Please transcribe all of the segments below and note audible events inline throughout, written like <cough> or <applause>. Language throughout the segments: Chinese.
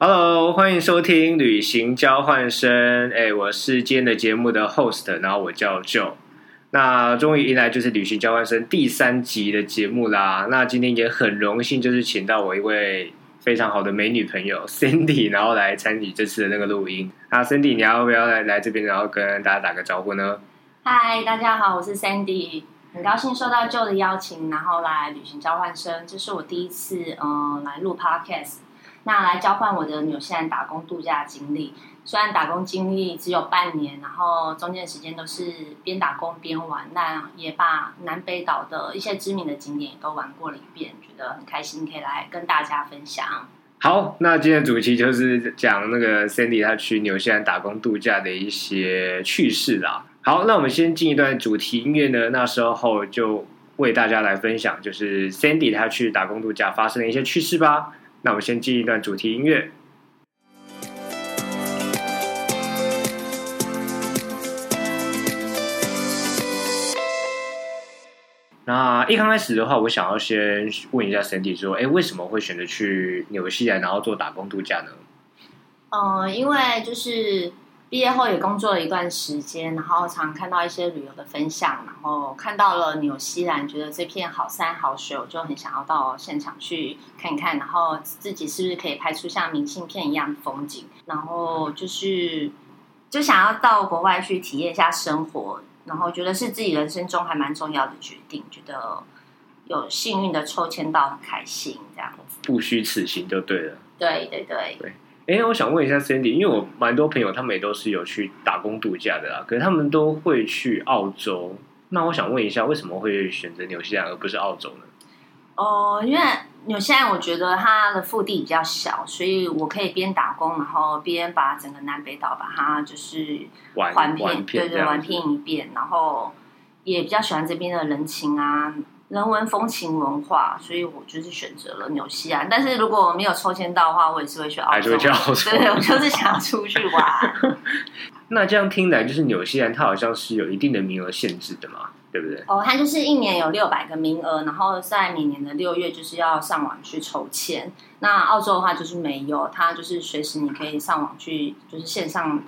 Hello，欢迎收听《旅行交换生》。哎，我是今天的节目的 host，然后我叫 Joe。那终于迎来就是《旅行交换生》第三集的节目啦。那今天也很荣幸，就是请到我一位非常好的美女朋友 Cindy，然后来参与这次的那个录音。那 Cindy，你要不要来来这边，然后跟大家打个招呼呢？嗨，大家好，我是 Sandy，很高兴受到 Joe 的邀请，然后来旅行交换生，这是我第一次嗯、呃来录 Podcast，那来交换我的纽西兰打工度假经历。虽然打工经历只有半年，然后中间的时间都是边打工边玩，那也把南北岛的一些知名的景点也都玩过了一遍，觉得很开心，可以来跟大家分享。好，那今天的主题就是讲那个 Sandy 他去纽西兰打工度假的一些趣事啦。好，那我们先进一段主题音乐呢，那时候就为大家来分享，就是 Sandy 他去打工度假发生的一些趣事吧。那我们先进一段主题音乐。那一刚开始的话，我想要先问一下 Sandy 说，哎，为什么会选择去纽西兰，然后做打工度假呢？呃，因为就是毕业后也工作了一段时间，然后常看到一些旅游的分享，然后看到了纽西兰，觉得这片好山好水，我就很想要到现场去看看，然后自己是不是可以拍出像明信片一样的风景，然后就是就想要到国外去体验一下生活，然后觉得是自己人生中还蛮重要的决定，觉得有幸运的抽签到，很开心这样子。不虚此行就对了。对对对，哎，我想问一下 Sandy，因为我蛮多朋友他们也都是有去打工度假的啦，啊可是他们都会去澳洲。那我想问一下，为什么会选择纽西兰而不是澳洲呢？哦，因为纽西兰我觉得它的腹地比较小，所以我可以边打工，然后边把整个南北岛把它就是玩环玩遍，对片这对，玩样子，遍一遍，然后也比较喜欢这边的人情啊、人文风情文化，所以我就是选择了纽西兰。但是如果没有抽签到的话，我也是会选澳还是洲会。去澳洲？对，我就是想要出去玩。那这样听来，就是纽西兰它好像是有一定的名额限制的嘛，对不对？哦，它就是一年有六百个名额，然后在每年的六月就是要上网去抽签。那澳洲的话就是没有，它就是随时你可以上网去，就是线上。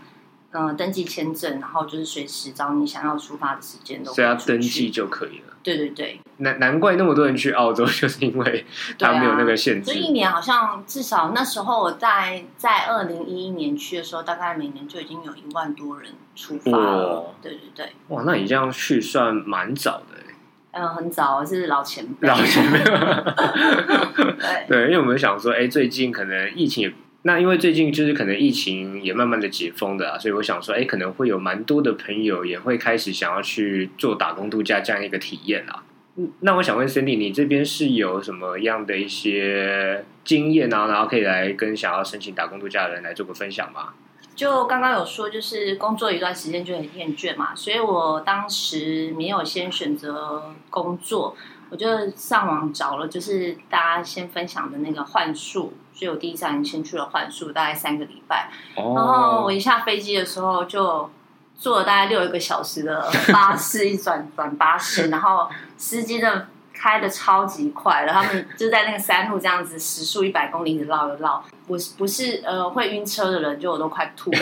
嗯、登记签证，然后就是随时找你想要出发的时间都可所以要出登去记。就可以了。对对对，难难怪那么多人去澳洲， <laughs> 就是因为对它没有那个啊限制就。一年好像至少那时候我在在二零一一年去的时候，大概每年就已经有一万多人出发哇了。对对对，哇，那你这样去算蛮早的欸，嗯、很早，我是老前辈。然后前面 <laughs> <laughs> 对，对，因为我们想说，哎，最近可能疫情也，那因为最近就是可能疫情也慢慢的解封的啊，所以我想说，哎，可能会有蛮多的朋友也会开始想要去做打工度假这样一个体验啊。嗯那我想问 Cindy，你这边是有什么样的一些经验啊，然后可以来跟想要申请打工度假的人来做个分享吗？就刚刚有说，就是工作一段时间就很厌倦嘛，所以我当时没有先选择工作，我就上网找了，就是大家先分享的那个幻术，所以我第一站先去了幻术，大概三个礼拜。哦然后哦我一下飞机的时候就坐了大概六一个小时的巴士，一转转巴士，然后司机真的开的超级快，然后他们就在那个山路这样子时速一百公里一直绕一绕。我是不是呃会晕车的人，就我都快吐了。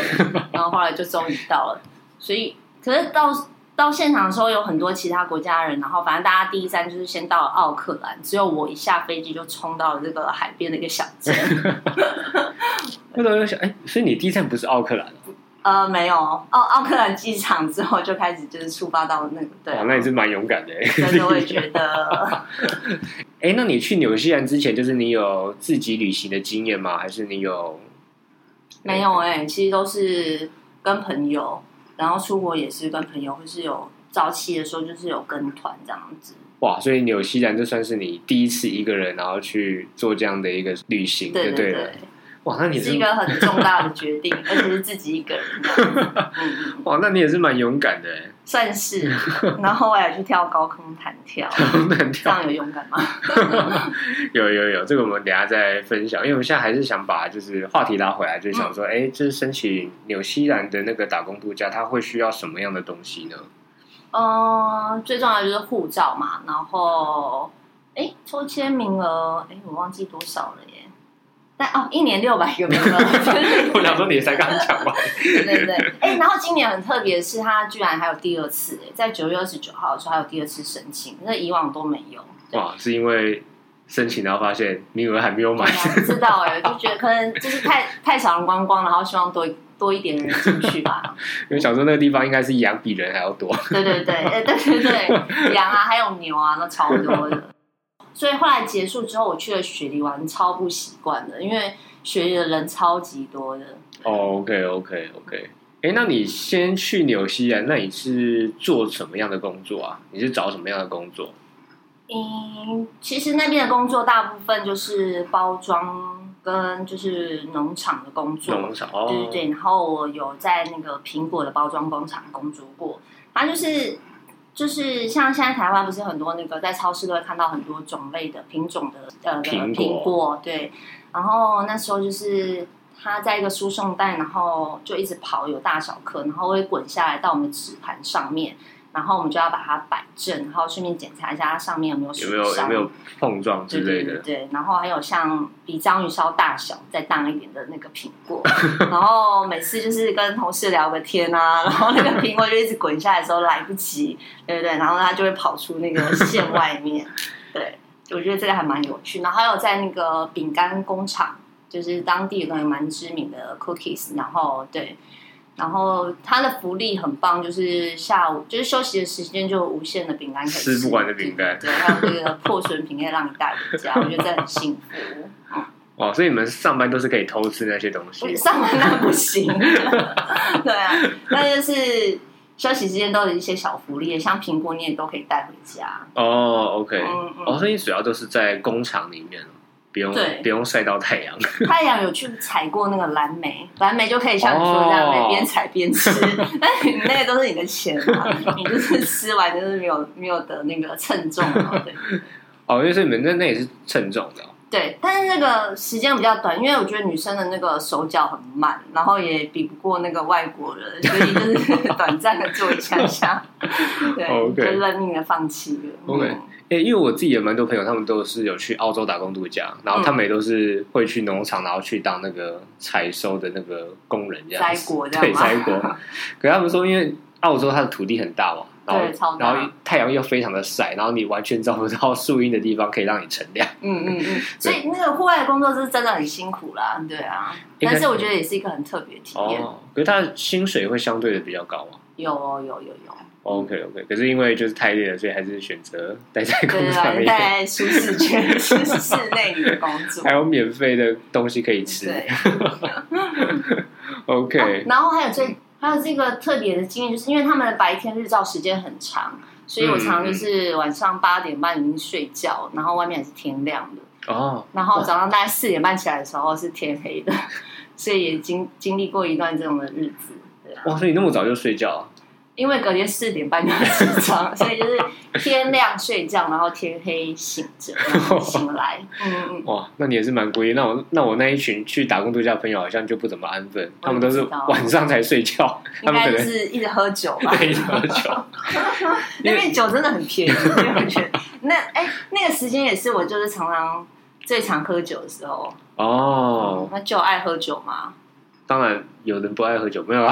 然后后来就终于到了，所以可是到。到现场的时候有很多其他国家人，然后反正大家第一站就是先到了奥克兰，只有我一下飞机就冲到了这个海边的一个小镇。那时候就想，哎，所以你第一站不是奥克兰哦呃，没有，奥奥克兰机场之后就开始就是出发到那个对哦啊哇，，那你是蛮勇敢的欸。但是我也觉得，哎，那你去纽西兰之前，就是你有自己旅行的经验吗？还是你有？没有哎、其实都是跟朋友，然后出国也是跟朋友，或是有早期的时候就是有跟团这样子。哇，所以纽西兰这算是你第一次一个人，然后去做这样的一个旅行，对就对了。哇，那你是一是个很重大的决定，而且是自己一个人这样子，嗯，嗯哇，那你也是蛮勇敢的欸， <laughs> 算是。然后我也去跳高空弹跳，很难这跳。样有勇敢吗？有有有，这个我们等一下再分享，因为我们现在还是想把就是话题拉回来，就是嗯想说，哎、就是申请纽西兰的那个打工度假，它会需要什么样的东西呢？ <laughs> 嗯，最重要的就是护照嘛，然后哎，诶抽签名额，哎，我忘记多少了耶。但哦，一年六百个 <laughs> 名额，对我想说你才刚讲完， <laughs> 对对对。哎、然后今年很特别的是，它居然还有第二次，哎在九月二十九号的时候还有第二次申请，那以往都没 <laughs> 有。哇，是因为申请然后发现名额还没有对满， <laughs> 啊，不知道哎、我就觉得可能就是太太少人观光，然后希望多多一点人进去吧。因为想说那个地方应该是羊比人还要多。 <laughs> 对对对，哎对对对，羊啊，还有牛啊，那超多的。所以后来结束之后，我去了雪梨玩，超不习惯的，因为雪梨的人超级多的。 <laughs> 哦，OK OK OK。哎，那你先去纽西兰，那你是做什么样的工作啊？你是找什么样的工作？嗯，其实那边的工作大部分就是包装跟就是农场的工作，农场哦，对对对，然后我有在那个苹果的包装工厂工作过，它就是就是像现在台湾不是很多那个在超市都会看到很多种类的品种的呃的苹果苹果，对，然后那时候就是。它在一个输送带，然后就一直跑，有大小颗，然后会滚下来到我们的纸盘上面，然后我们就要把它摆正，然后顺便检查一下它上面有没有有损没有有伤没有碰撞之对类对的对？对，然后还有像比章鱼烧大小再大一点的那个苹果，然后每次就是跟同事聊个天啊，然后那个苹果就一直滚下来的时候来不及，对不对？然后它就会跑出那个线外面，对，我觉得这个还蛮有趣。然后还有在那个饼干工厂，就是当地有个蛮知名的 cookies，然后对。然后它的福利很棒，就是下午就是休息的时间就有无限的饼干可以吃不完的饼干对，还有 <laughs> 那个破损品可以让你带回家，我觉得这很幸福。哦，所以你们上班都是可以偷吃那些东我西。上班那不行， <laughs> 对啊，那就是休息时间都有一些小福利，像苹果你也都可以带回家。哦，OK，嗯嗯，哦，所以你主要都是在工厂里面，不用对不用晒到太阳。 <laughs> 太阳有去采过那个蓝莓，蓝莓就可以像你说这样，哦可以边采 <laughs> 边吃。但你那个都是你的钱嘛，你就是吃完就是没有没有得那个称重 <laughs> 嘛，对。哦，因为所以你们那那也是称重的哦、对，但是那个时间比较短，因为我觉得女生的那个手脚很慢，然后也比不过那个外国人，所以就是短暂的做一下 <laughs> 下，对 OK 就认命的放弃嗯了。 OK 诶，因为我自己有蛮多朋友，他们都是有去澳洲打工度假，然后他们嗯也都是会去农场，然后去当那个采收的那个工人这样子。摘果这样 <laughs> 对，吗摘果。 <laughs> 可是他们说，因为澳洲它的土地很大嘛，然对超后大然后太阳又非常的晒，然后你完全找不到树荫的地方可以让你乘凉。嗯嗯嗯，所以那个户外的工作是真的很辛苦啦，对啊，应该但是我觉得也是一个很特别的体验。哦，可是它的薪水会相对的比较高啊。有哦，有有有， OK OK，可是因为就是太累了，所以还是选择待在 <laughs> 工对啊厂，里面，在舒适圈、是室内里的工 <laughs> 作还。有免费的东西可以吃。对， OK，、啊然后还有最还有这个特别的经验，就是因为他们的白天日照时间很长，所以我常常就是晚上八点半已经睡觉，然后外面还是天亮的，哦，然后早上大概四点半起来的时候是天黑的， <laughs> 所以也经经历过一段这种的日子。对啊哇，所以你那么早就睡觉啊？因为隔天四点半就要起床，所以就是天亮睡觉，然后天黑醒着，然后醒来。 <laughs> 嗯 <laughs> 嗯，哇，那你也是蛮规律。那我那我那一群去打工度假的朋友好像就不怎么安分，他们都是我也不知道晚上才睡觉，他 <laughs> 应们该可就能是一直喝酒吧。对喝酒。 <laughs> 那边酒真的很 <laughs> 便宜，所以我觉得那哎、那个时间也是我就是常常最常喝酒的时候。嗯哦，那就爱喝酒嘛。当然有人不爱喝酒，没有 <laughs> 啊。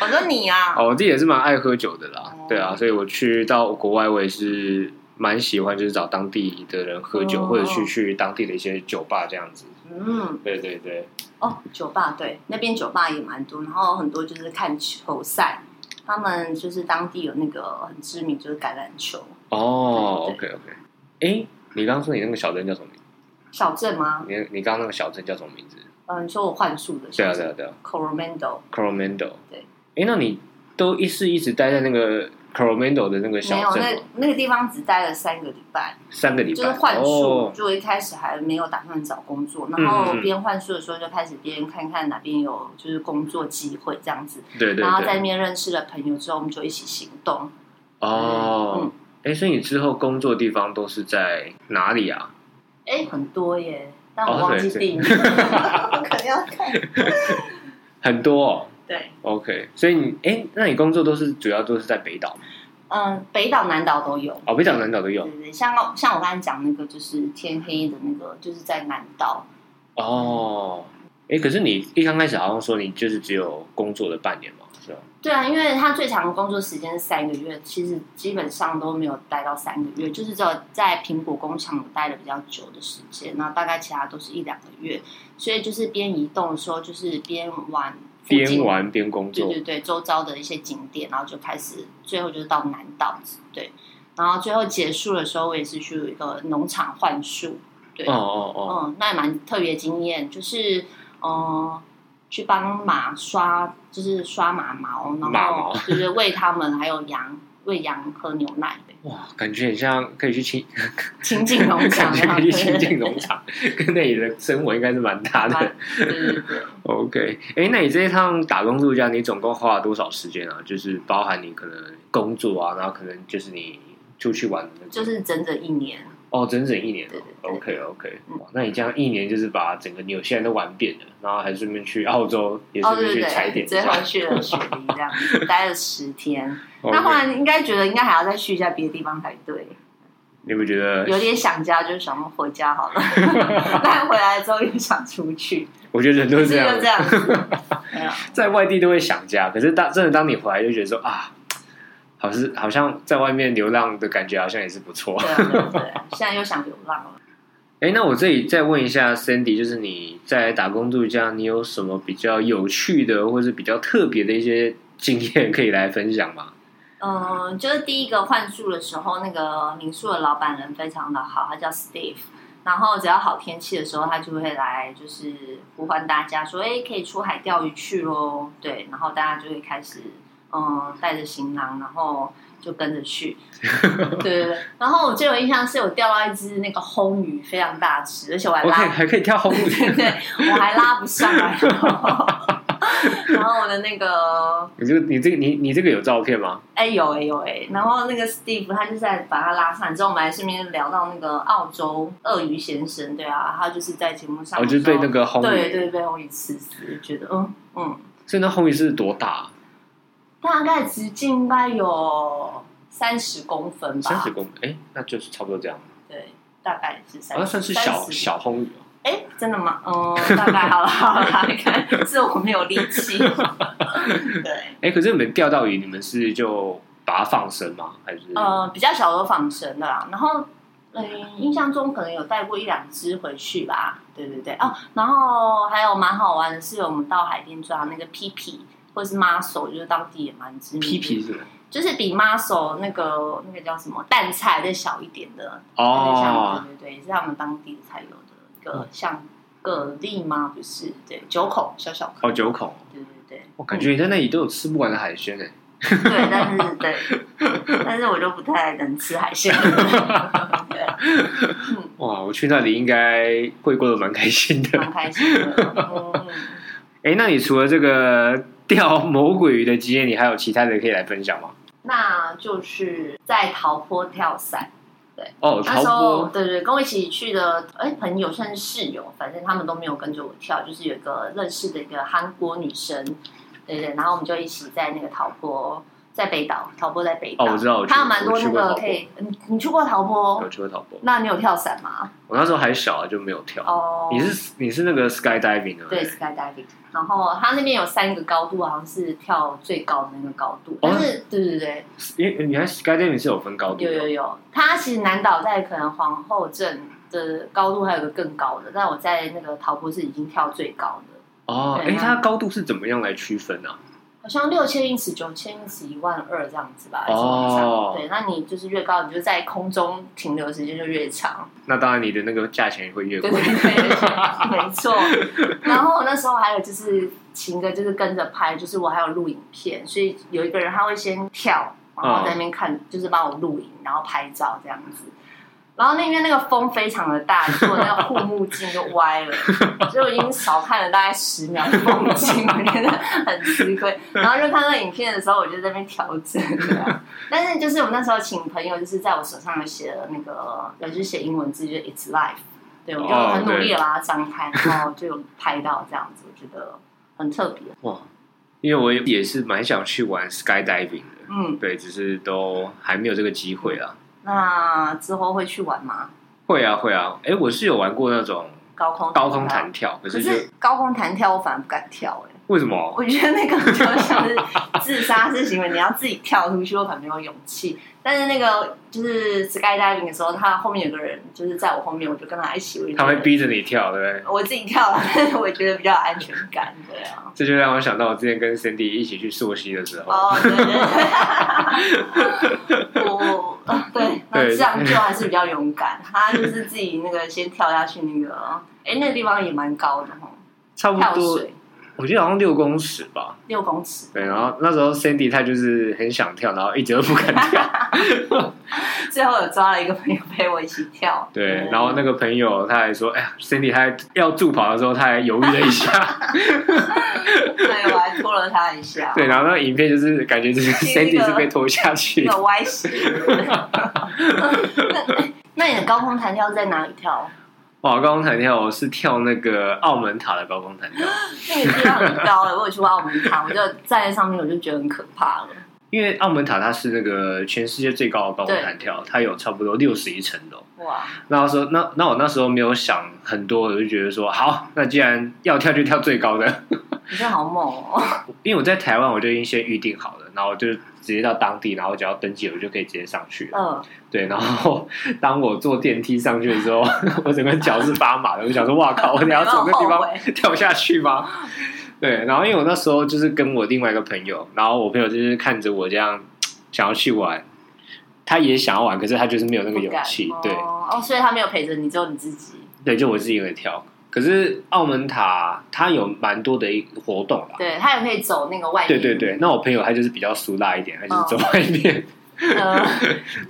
我说你啊，哦，我自己也是蛮爱喝酒的啦哦，对啊，所以我去到国外，我也是蛮喜欢，就是找当地的人喝酒，哦或者去去当地的一些酒吧这样子。嗯，对对对，哦，酒吧对，那边酒吧也蛮多，然后很多就是看球赛，他们就是当地有那个很知名就是橄榄球哦对，OK OK，哎，你刚刚说你那个小镇叫什么名？小镇吗？你你刚刚那个小镇叫什么名字？嗯，你说我幻术的对小啊对啊镇对啊 Coromandel ，Coromandel。对，哎，那你都一是一直待在那个 Coromandel 的那个没小有镇那吗那个地方只待了三个礼拜，三个礼拜，就是换宿哦，就一开始还没有打算找工作，嗯然后边换宿的时候就开始边看看哪边有就是工作机会这样子，对对对，然后在那边认识了朋友之后，我们就一起行动。哦嗯，哎，所以你之后工作地方都是在哪里啊？哎，很多耶，但哦我忘记对地名， <laughs> 我可能要看。很多哦。对， OK，所以你哎、那你工作都是主要都是在北岛吗嗯，北岛、南岛都有。哦，北岛、南岛都有对对，像像我刚才讲那个，就是天黑的那个，就是在南岛。哦，哎，可是你一刚开始好像说你就是只有工作了半年嘛，是吧？对啊，因为他最长工作时间是三个月，其实基本上都没有待到三个月，就是只有在苹果工厂待的比较久的时间，那大概其他都是一两个月，所以就是边移动的时候，就是边玩附近边玩边工对作对对，周遭的一些景点，然后就开始，最后就是到南岛，对，然后最后结束的时候，我也是去一个农场换树，对，哦哦哦，嗯，那也蛮特别经验，就是呃，去帮马刷，就是刷马毛，马然毛后就是喂它们，还有羊喂羊喝牛奶，对 <laughs> 哇，感觉很像可以去亲，亲近农场啊感觉 <laughs> 可以去亲近对农场， <laughs> 跟那里的生活应该是蛮搭的蛮。对对对。 OK，哎，那你这一趟打工度假，你总共花了多少时间啊？就是包含你可能工作啊，然后可能就是你出去玩的那个，就是整整一年，哦，整整一年、哦对对对嗯 OK OK，、哇，那你这样一年就是把整个纽西兰都玩遍了，然后还顺便去澳洲，也哦顺便对去踩对点对，一最下。后去了雪梨这样子，待了十天。<laughs> 那 OK，后来应该觉得应该还要再去一下别的地方才对，你有没有觉得？有点想家，就是想说回 <laughs> 家好了。但回来之后又想出去，我觉得人都就是是这样的，又这 <laughs> 样子。对啊在外地都会想家，可是当真的当你回来就觉得说啊，好是好像在外面流浪的感觉，好像也是不 <laughs> 错。对啊对啊对啊，现在又想流浪了。哎，那我这里再问一下 Sandy，就是你在打工度假，你有什么比较有趣的，或是比较特别的一些经验可以来分享 <laughs> 吗？嗯，就是第一个换宿的时候，那个民宿的老板人非常的好，他叫 Steve。然后只要好天气的时候，他就会来，就是呼唤大家说：“哎，可以出海钓鱼去喽！”对，然后大家就会开始，嗯，带着行囊，然后就跟着去。对对对。然后我最有印象是我钓到一只那个红鱼，非常大只，而且我还我哦可以 <laughs> 拉还可以跳红舞， <laughs> 对，我还拉不上来。 <laughs> 然后我的那个你这个你这个你你这个有照片吗？哎、有哎、有哎、然后那个 Steve 他就在把他拉上来之后，我们还顺便聊到那个澳洲鳄鱼先生，对啊，他就是在节目上我的时哦就候，是被那个红对鱼，对被红鱼刺死，觉得嗯嗯，所以那红鱼是多大？大概直径应该有三十公分吧，三十公分，哎，那就是差不多这样，对，大概是三好像算是小。 30小红鱼哦。哎、真的吗？嗯，大概好了好了，你看是我没有力 <laughs> 气，对。哎，可是你们钓到鱼，你们是就把它放生吗？还是？呃，比较小的仿生的啦。然后，嗯、印象中可能有带过一两只回去吧。对对对，哦，然后还有蛮好玩的是，我们到海边抓那个 PP 或是 muscle，就是当地也蛮知名的。皮皮是什么？就是比 muscle 那个那个叫什么淡菜再小一点的，就是像哦，对对对，也是他们当地才有的一个像蛤蜊吗？不是，对，九口小小口。哦，九孔，对对对，我感觉你在那里都有吃不完的海鲜哎。对，但是对，但是我就不太能吃海鲜。对哇，我去那里应该会过得蛮开心 <laughs> 的。蛮开心的。嗯，哎，那你除了这个钓魔鬼鱼的经验，你还有其他的可以来分享吗？那就是在桃坡跳伞，哦，那陶时候波，对对，跟我一起去的哎朋友算是室友，反正他们都没有跟着我跳，就是有一个认识的一个韩国女生，对对，然后我们就一起在那个桃坡，在北岛，桃坡在北岛，哦我知道我去还有蛮多我去那过个陶坡可以，你你去过桃坡有？去过陶波。那你有跳伞吗？我那时候还小啊，就没有跳。哦，你是你是那个 skydiving 的吗？对 skydiving，然后它那边有三个高度，好像是跳最高的那个高哦度，但是、对对对，因为原来 skydiving 是有分高度有有的。有，它其实南岛在可能皇后镇的高度还有个更高的，但我在那个陶博士已经跳最高的，哦，哎，对啊它高度是怎么样来区分啊？好像六千英尺、九千英尺、一万二这样子吧，还是往上。哦，对，那你就是越高，你就在空中停留的时间就越长。那当然你的那个价钱也会越对贵对。对，没错。然后那时候还有就是情哥就是跟着拍，就是我还有录影片，所以有一个人他会先跳，然后在那边看，就是帮我录影，然后拍照这样子。然后那边那个风非常的大，所以我那个护目镜就歪了， <laughs> 所以我已经少看了大概十秒的风景，我觉得很吃亏。然后就看到影片的时候，我就在那边调整、啊。但是就是我那时候请朋友，就是在我手上有写了那个，有就是写英文字，就是 "It's life"，对我就哦很努力的把它张开，然后就有拍到这样子，我觉得很特别。哇，因为我也是蛮想去玩 skydiving 的，嗯，对，只是都还没有这个机会啦。啊那之后会去玩吗？会啊，会啊，哎，我是有玩过那种高空高空弹，跳，可可是就是高空弹跳我反而不敢跳哎、为什么？我觉得那个就像是自杀式行为，你要自己跳出去，我很没有勇气。但是那个就是 skydiving 的时候，他后面有个人就是在我后面，我就跟他一起，我就觉他得会逼着你跳，对不对？我自己跳了，但是我觉得比较有安全感，对啊。这就让我想到我之前跟 Cindy 一起去溯溪的时候，哦， <laughs> 对对对，我呃对，那对这样就还是比较勇敢。他就是自己那个先跳下去那个，哎，那个地方也蛮高的哈，差不跳多水我记得好像六公尺吧。六公尺，对，然后那时候 Cindy 她就是很想跳，然后一直都不敢 <laughs> 跳。最后有抓了一个朋友陪我一起跳，对，然后那个朋友他还说：“哎呀，Cindy 她要助跑的时候，她还犹豫了一 <laughs> 下。对我还拖了他一下”，对，然后那个影片就是感觉就是 <laughs> 是一个 Cindy 是被拖下去 <laughs> 那的。个 <laughs> 歪斜。那那你的高空弹跳是在哪里跳？哇，高空弹跳，我是跳那个澳门塔的高空 <laughs> 弹跳，那个地方很高哎、我有去过澳门塔，我就站在上面，我就觉得很可怕了。因为澳门塔它是那个全世界最高的高空弹跳，它有差不多六十一层楼。哇，那时候，那那我那时候没有想很多，我就觉得说，好，那既然要跳就跳最高的，你真的好猛哦！因为我在台湾我就已经先预定好了，然后我就直接到当地，然后只要登记我就可以直接上去了。 <laughs> 嗯，对，然后当我坐电梯上去的时候， <laughs> 我整个脚是发麻的，我就想说，哇靠，我等一下从这地有没有后方悔跳下去吗？对，然后因为我那时候就是跟我另外一个朋友，然后我朋友就是看着我这样想要去玩，他也想要玩，可是他就是没有那个不勇敢气，哦对。哦，所以他没有陪着你，只有你自己。对，就我自己一个人跳。可是澳门塔它有蛮多的一个活动啦。对他也可以走那个外对面。啊对对，那我朋友他就是比较俗辣一点，他就是走外面。 <laughs> 呃，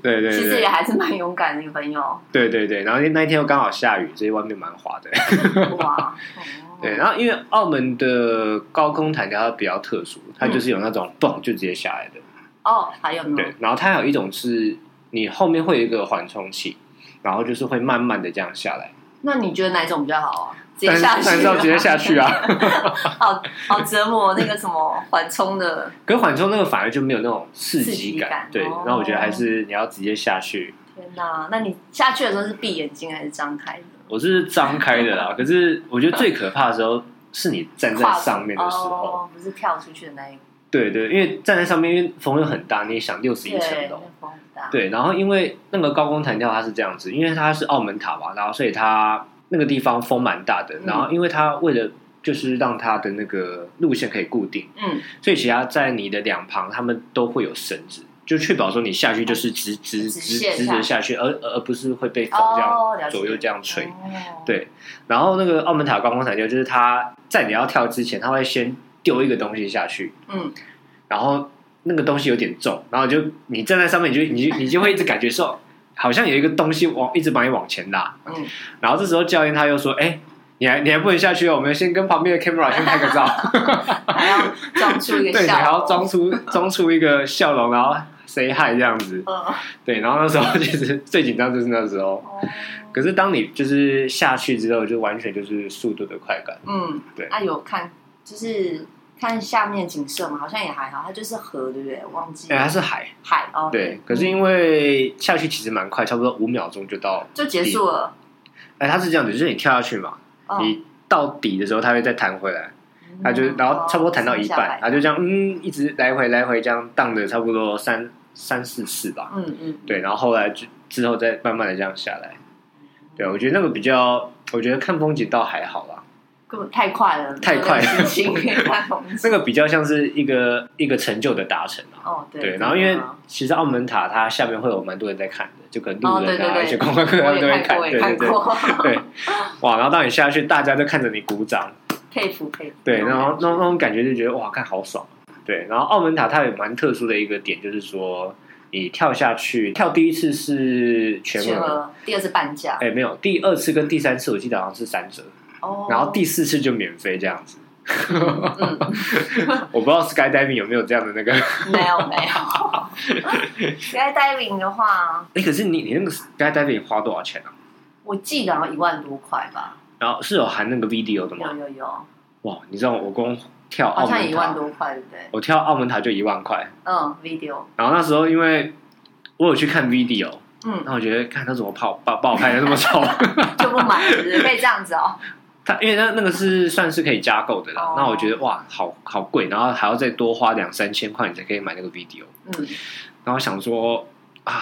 对对哦其实也对还是蛮勇敢的一个朋友。对对对，然后那一天又刚好下雨，所以外面蛮滑哦的。哇， <laughs> 哦对，后然后因为澳门的高空弹跳它比较特殊，它就是有那种蹦就直接下来的。嗯哦，还有呢对，，然后它还有一种是你后面会有一个缓冲器，然后就是会慢慢的这样下来，那你觉得哪一种比较好啊？直但接是下去，但是要直接下去，啊。好好折磨那个什么缓冲的。可是缓冲那个反而就没有那种刺激感，刺激感对。哦然后我觉得还是你要直接下去，天哪，那你下去的时候是闭眼睛还是张开的？我是张开的 <laughs> 啦。可是我觉得最可怕的时候是你站在跨出上面的时候，哦，不是跳出去的那一对对，因为站在上面，因为风又很大，你也想六十一层对，那楼，风很大。哦对。然后因为那个高空弹跳它是这样子，因为它是澳门塔嘛，然后所以它那个地方风蛮大的，嗯然后因为它为了就是让它的那个路线可以固定，嗯，所以其他在你的两旁，他们都会有绳子，就确保说你下去就是直直哦直直线直下着下去，而而而不是会被风这哦，了样解左右这样吹。哦对然后那个澳门塔高空弹跳，就是它在你要跳之前，它会先丢一个东西下去，嗯，然后那个东西有点重，然后就你站在上面，你就你就你就会一直感觉说，好像有一个东西往一直把你往前拉，嗯，然后这时候教练他又说，哎、你还你还不能下去哦，我们先跟旁边的 camera 先拍个照。还要装出一个对，笑，你还要装 <laughs> 出装出一个笑容，然后 say hi 这样子。嗯，对，然后那时候其实最紧张就是那时候。哦可是当你就是下去之后，就完全就是速度的快感。嗯，对啊，有看就是看下面景色嘛，好像也还好，它就是河，对不对？忘记哎、它是海，海哦，对。可是因为下去其实蛮快，差不多五秒钟就到。就结束了。哎、它是这样子，就是你跳下去嘛，哦，嗯你到底的时候，它会再弹回来。它就然后差不多弹到哦一半，它它就这样嗯，一直来回来回这样荡的差不多三三四次吧。嗯嗯，对，然后后来就之后再慢慢的这样下来。对，我觉得那个比较，我觉得看风景倒还好啦，根本太快了，太快了没有心情可以看风 <laughs> 景。那个比较像是一个一个成就的达成啊。哦，对对，真的然后因为啊其实澳门塔它下面会有蛮多人在看的，就可能哦路对人对啊，对一些观光客他我们都会也看，过，我 <laughs> 对也对看对过，对。哇，然后当你下去，大家都看着你鼓掌， <laughs> 佩服佩服。对，然后那那种那种感觉就觉得哇，看好爽。对，然后澳门塔它有蛮特殊的一个点，就是说你跳下去，跳第一次是全感觉全额，额，第二次半价，哎，没有，第二次跟第三次我记得好像是三折，哦，然后第四次就免费这样子。嗯 <laughs> 我不知道 skydiving 有没有这样的那个，哎、没有没有。skydiving 的话，哎可是你你那个 skydiving 花多少钱啊？我记得好像一万多块吧，然后是有含那个 video 的有吗？有有，哇，你知道我光跳好澳像门一万塔，多块，对不对？我跳澳门塔就一万块。嗯，video，然后那时候因为我有去看 video，嗯，那我觉得看他怎么跑爆爆拍的那么丑， <laughs> 就不买，是不是可以这样子哦。他因为那那个是算是可以加购的啦。哦那我觉得哇，好好贵，然后还要再多花两三千块，你才可以买那个 video。嗯，然后想说啊，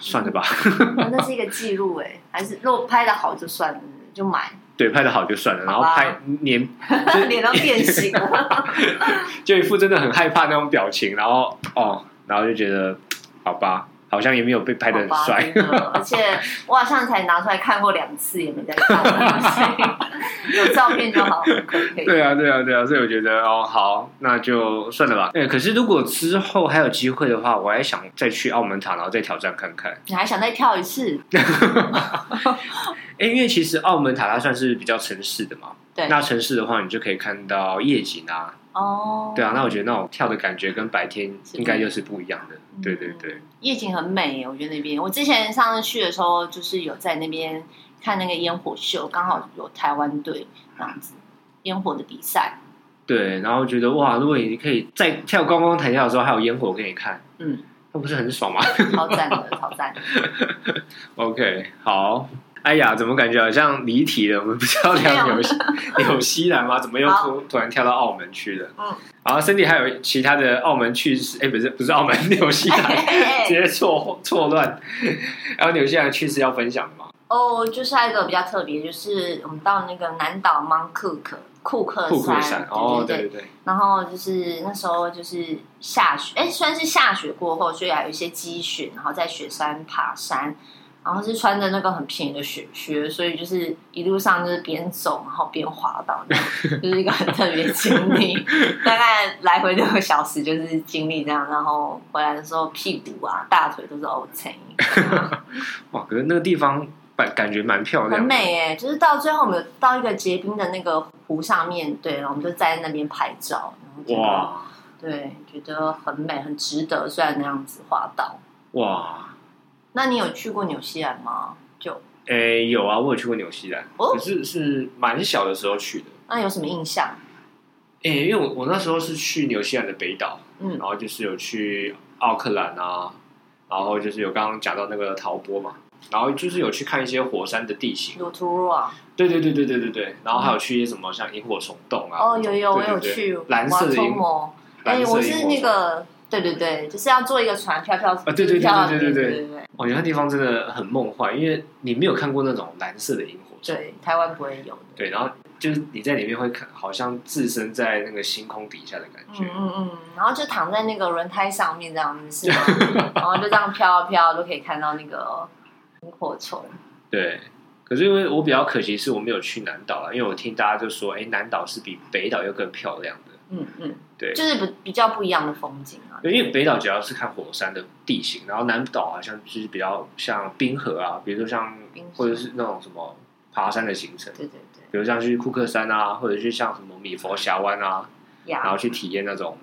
算了吧，哦那那是一个记录哎，还是如果拍的好就算了，就买，对，拍的好就算了，然后好吧拍脸 <laughs> 就脸都变形了。就一副真的很害怕那种表情，然后哦，然后就觉得好吧，好像也没有被拍的很好吧帅。真的 <laughs> 而且我好像才拿出来看过两次，也没再看了，所以 <laughs> 有照片就好，可以可以。对啊，对啊，对啊，所以我觉得哦，好，那就算了吧。哎，可是如果之后还有机会的话，我还想再去澳门塔，然后再挑战看看。你还想再跳一次？哎，因为其实澳门塔它算是比较城市的嘛，对，那城市的话，你就可以看到夜景啊，哦，对啊，那我觉得那种跳的感觉跟白天应该又是不一样的。嗯对对对，，夜景很美耶，我觉得那边。我之前上次去的时候，就是有在那边看那个烟火秀，刚好有台湾队这样子烟火的比赛。对，然后觉得哇，如果你可以在跳观光台跳的时候还有烟火给你看，嗯，那不是很爽吗？ <laughs> 超赞的，超赞的！ OK，好。哎呀，怎么感觉好像离题了？我们不是要聊没有纽 <laughs> 西纽西兰吗？怎么又好突突然跳到澳门去了？嗯，然后 Cindy 还有其他的澳门趣事，哎，不是不是澳门， <laughs> 纽西兰，哎直接错错乱。还有纽西兰的趣事要分享的吗？哦，就是还有一个比较特别，就是我们到那个南岛 Mount Cook 库克库克山山，，哦，对对对对，然后就是那时候就是下雪，哎，算是下雪过后，所以还有一些积雪，然后在雪山爬山，然后是穿着那个很便宜的雪靴，所以就是一路上就是边走然后边滑倒，就是一个很特别的经历。大概来回六个小时就是经历这样，然后回来的时候屁股啊、大腿都是 O 成。哇，可是那个地方感感觉蛮漂很亮的，美哎、就是到最后我们有到一个结冰的那个湖上面，对，然后我们就在那边拍照，然后觉得哇对，觉得很美，很值得。虽然那样子滑倒，哇，那你有去过纽西兰吗？就哎，有啊，我有去过纽西兰，哦可是是蛮小的时候去的，那有什么印象？哎，因为我我那时候是去纽西兰的北岛。嗯然，后就是有去奥克兰啊，然后就是有刚刚讲到那个陶波嘛，然后就是有去看一些火山的地形，鲁图鲁啊，对对对对对对对，然后还有去一些什么像萤火虫洞啊，哦，有有，我对对有对去蓝色的瓦托萤摩，哎，蓝色我萤火是虫那个，对对对，就是要坐一个船飘飘，啊对对对对对对对对对我觉得那哦地方真的很梦幻，因为你没有看过那种蓝色的萤火虫，对，台湾不会有的，对，然后就是你在里面会看，好像置身在那个星空底下的感觉嗯，嗯嗯，然后就躺在那个轮胎上面这样子是 <laughs> 吗？然后就这样飘啊飘，都可以看到那个萤火虫，对。可是因为我比较可惜是我没有去南岛啊，因为我听大家就说，哎，南岛是比北岛又更漂亮的。嗯嗯，对就是比比较不一样的风景啊，对，因为北岛主要是看火山的地形，然后南岛好像就是比较像冰河啊，比如说像冰河或者是那种什么爬山的行程，对对对，比如像去库克山啊，或者去像什么米佛峡湾啊，呀、然后去体验那种。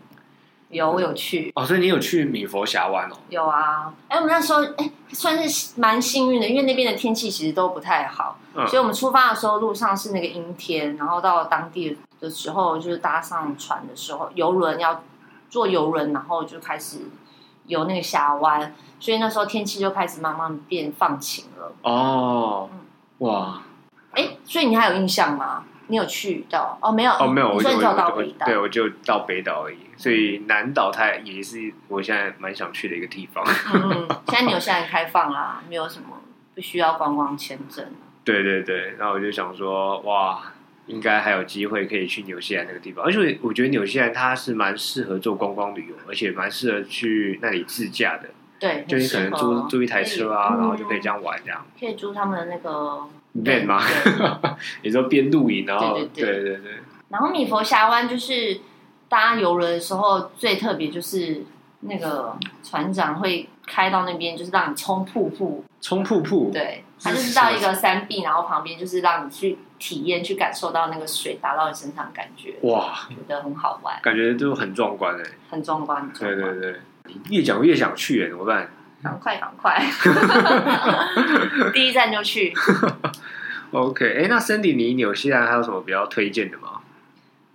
有我有去，哦，所以你有去米佛峡湾哦？有啊，哎、我们那时候哎、算是蛮幸运的，因为那边的天气其实都不太好，嗯所以我们出发的时候路上是那个阴天，然后到当地的时候就是搭上船的时候，游轮要坐游轮，然后就开始游那个峡湾，所以那时候天气就开始慢慢变放晴了。哦嗯，哇，哎、所以你还有印象吗？你有去到哦？没有哦，没有，你我说就我你只有到就北岛对，我就到北岛而已。所以南岛它也是我现在蛮想去的一个地方。 <laughs> 嗯，嗯，现在纽西兰开放啦，没有什么不需要观光签证。对对对，那我就想说，哇，应该还有机会可以去纽西兰那个地方，而且我觉得纽西兰它是蛮适合做观光旅游，而且蛮适合去那里自驾的，对，就你可能很适合嗯租租一台车啊，可以然后就可以这样玩这样。可以租他们的那个 van 吗对 <laughs> 你说边露营，然后对对对对对，然后米佛峡湾就是搭游轮的时候最特别，就是那个船长会开到那边，就是让你冲瀑布。冲瀑布，对，是他就是到一个山壁，然后旁边就是让你去体验、去感受到那个水打到你身上的感觉，哇，觉得很好玩，感觉就很壮观哎、很壮观，很壮对观。对对，越讲越想去哎、怎么办赶快，赶 <laughs> 快！ <laughs> 第一站就去。 ？OK，哎、那 Cindy，你纽西兰还有什么比较推荐的吗？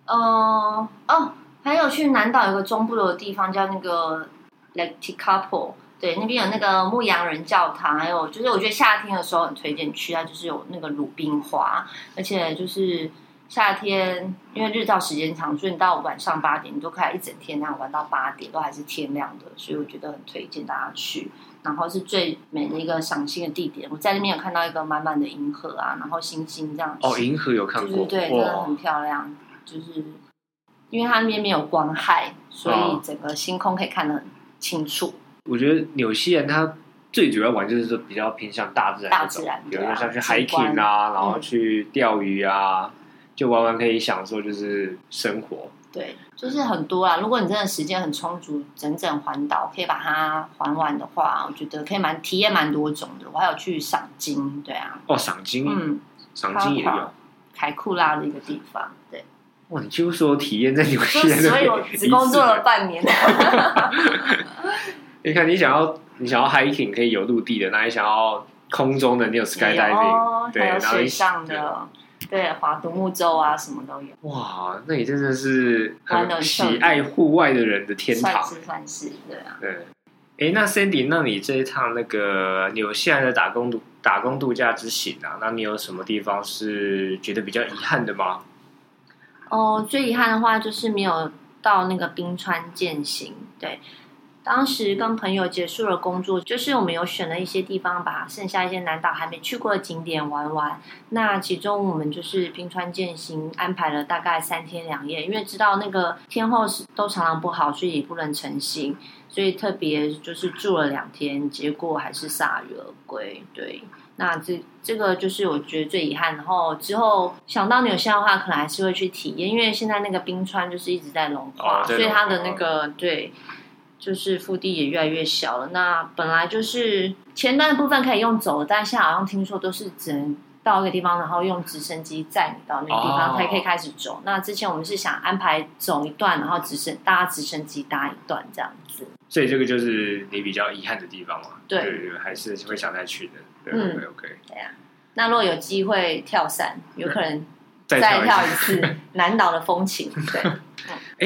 呃，哦，还有去南岛有个中部的地方叫那个 Lake t i k a p o 对，那边有那个牧羊人教堂，还有就是我觉得夏天的时候很推荐去，它就是有那个鲁冰花，而且就是夏天因为日照时间长，所以你到晚上八点你都可以一整天那样玩到八点，都还是天亮的，所以我觉得很推荐大家去。然后是最美的一个赏心的地点，我在那边有看到一个满满的银河啊，然后星星这样子。哦，银河有看就是过，对，真的哇很，漂亮。就是因为它那边没有光害，所以哦整个星空可以看得很清楚。我觉得纽西兰它最主要玩就是说比较偏向大自然那种大自然，比如对啊说像去景观 hiking 啊，然后嗯去钓鱼啊，就完完可以享受就是生活。对，就是很多啊。如果你真的时间很充足，整整环岛可以把它环完的话，我觉得可以蛮体验蛮多种的。我还有去赏金，对啊，哦，赏金，嗯，赏金也有。凯库拉的一个地方， <laughs> 对，哇，你几乎所有体验在纽所西以兰都所可以以我只工作了一次。欸半年。 <laughs> 你看，你想要你想要 hiking 可以有陆地的，那你想要空中的，你有 skydiving，有对还有然后水一上的，对，划独木舟啊，什么都有，哇，那你真的是玩得很很喜上爱户外的人的天算堂。是算是对啊。对，哎，那 Sandy，那你这一趟那个纽西兰的打工度打工度假之行啊，那你有什么地方是觉得比较遗憾的吗？哦，最遗憾的话就是没有到那个冰川践行。对，当时跟朋友结束了工作，就是哦我们有选了一些地方，把剩下一些南岛还没去过的景点玩玩。那其中我们就是冰川践行安排了大概三天两夜，因为知道那个天候是都常常不好，所以也不能成行，所以特别就是住了两天，结果还是铩羽而归。对，那这这个就是我觉得最遗憾。然后之后想到纽西兰的话，可能还是会去体验，因为现在那个冰川就是一直在融化，哦在所以它的融化那个对，就是腹地也越来越小了。那本来就是前段部分可以用走的，但现在好像听说都是只能。到一个地方，然后用直升机载你到那个地方，哦才可以开始走。那之前我们是想安排走一段，然后直升搭直升机搭一段这样子。所以这个就是你比较遗憾的地方嘛。对对对，还是会想再去的。对嗯，OK OK，那如果有机会跳伞，有可能再再跳跳一一次。次南岛的风情。对，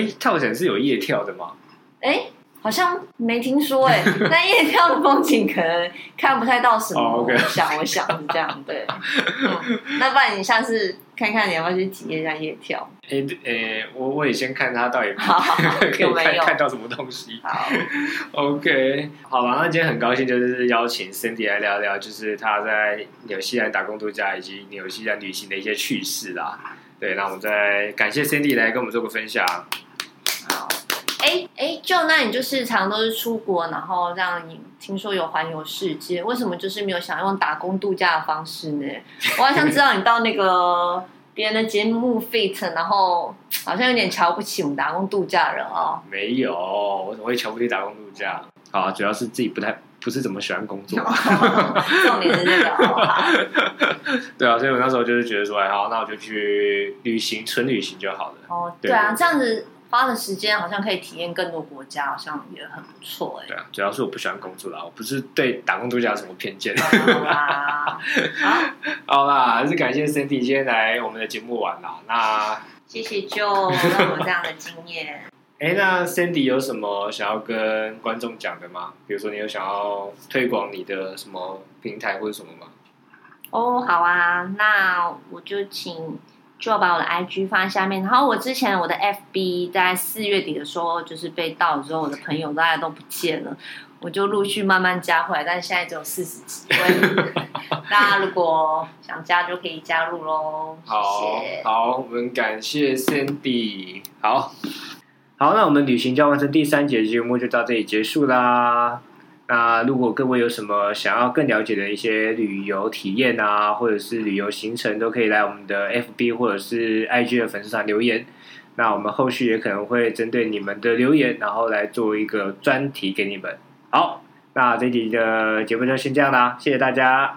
哎，跳伞是有夜跳的吗？哎，好像没听 <laughs> 说哎、那夜跳的风景可能看不太到什么。哦，OK 我想，我想是这样。对，嗯、那不然你下次看看你要不要去体验一下夜跳？哎哎，我我得先看他到底好好 <laughs> 好可以有没看有看到什么东西。好， OK，好吧，那今天很高兴就是邀请 Cindy 来聊聊，就是她在纽西兰打工度假以及纽西兰旅行的一些趣事啦。对，那我们再感谢 Cindy 来跟我们做个分享。 <laughs> 好。哎哎，就那你就是常都是出国，然后让你听说有环游世界，为什么就是没有想用打工度假的方式呢？我好想知道你到那个 <laughs> 别人的节目 fit，然后好像有点瞧不起我们打工度假人哦。 <laughs> 没有，我怎么会瞧不起打工度假？好啊，主要是自己不太不是怎么喜欢工 <laughs> 作。重点是这个，哦好不好对啊，所以我那时候就是觉得说，哎，好，那我就去旅行，纯旅行就好了。哦，对啊，这样子花的时间好像可以体验更多国家，好像也很不错哎、对啊，主要是我不喜欢工作啦，我不是对打工度假有什么偏见。 <laughs> 好啦，好，好啦，还是感谢 Cindy 今天来我们的节目玩啦。那谢谢就 <laughs> 让我这样的经验。哎，那 Sandy 有什么想要跟观众讲的吗？比如说，你有想要推广你的什么平台或者什么吗？哦，好啊，那我就请就把我的 IG 放在下面。然后我之前我的 FB 在四月底的时候就是被盗之后，我的朋友大家都不见了，我就陆续慢慢加回来，但是现在只有四十几位。 <laughs> 大家如果想加就可以加入喽，谢好谢。好，我们感谢 Sandy。好，好，那我们旅行交换生第三节节目就到这里结束啦。那如果各位有什么想要更了解的一些旅游体验啊，或者是旅游行程，都可以来我们的 FB 或者是 IG 的粉丝团留言。那我们后续也可能会针对你们的留言，然后来做一个专题给你们。好，那这集的节目就先这样啦，谢谢大家，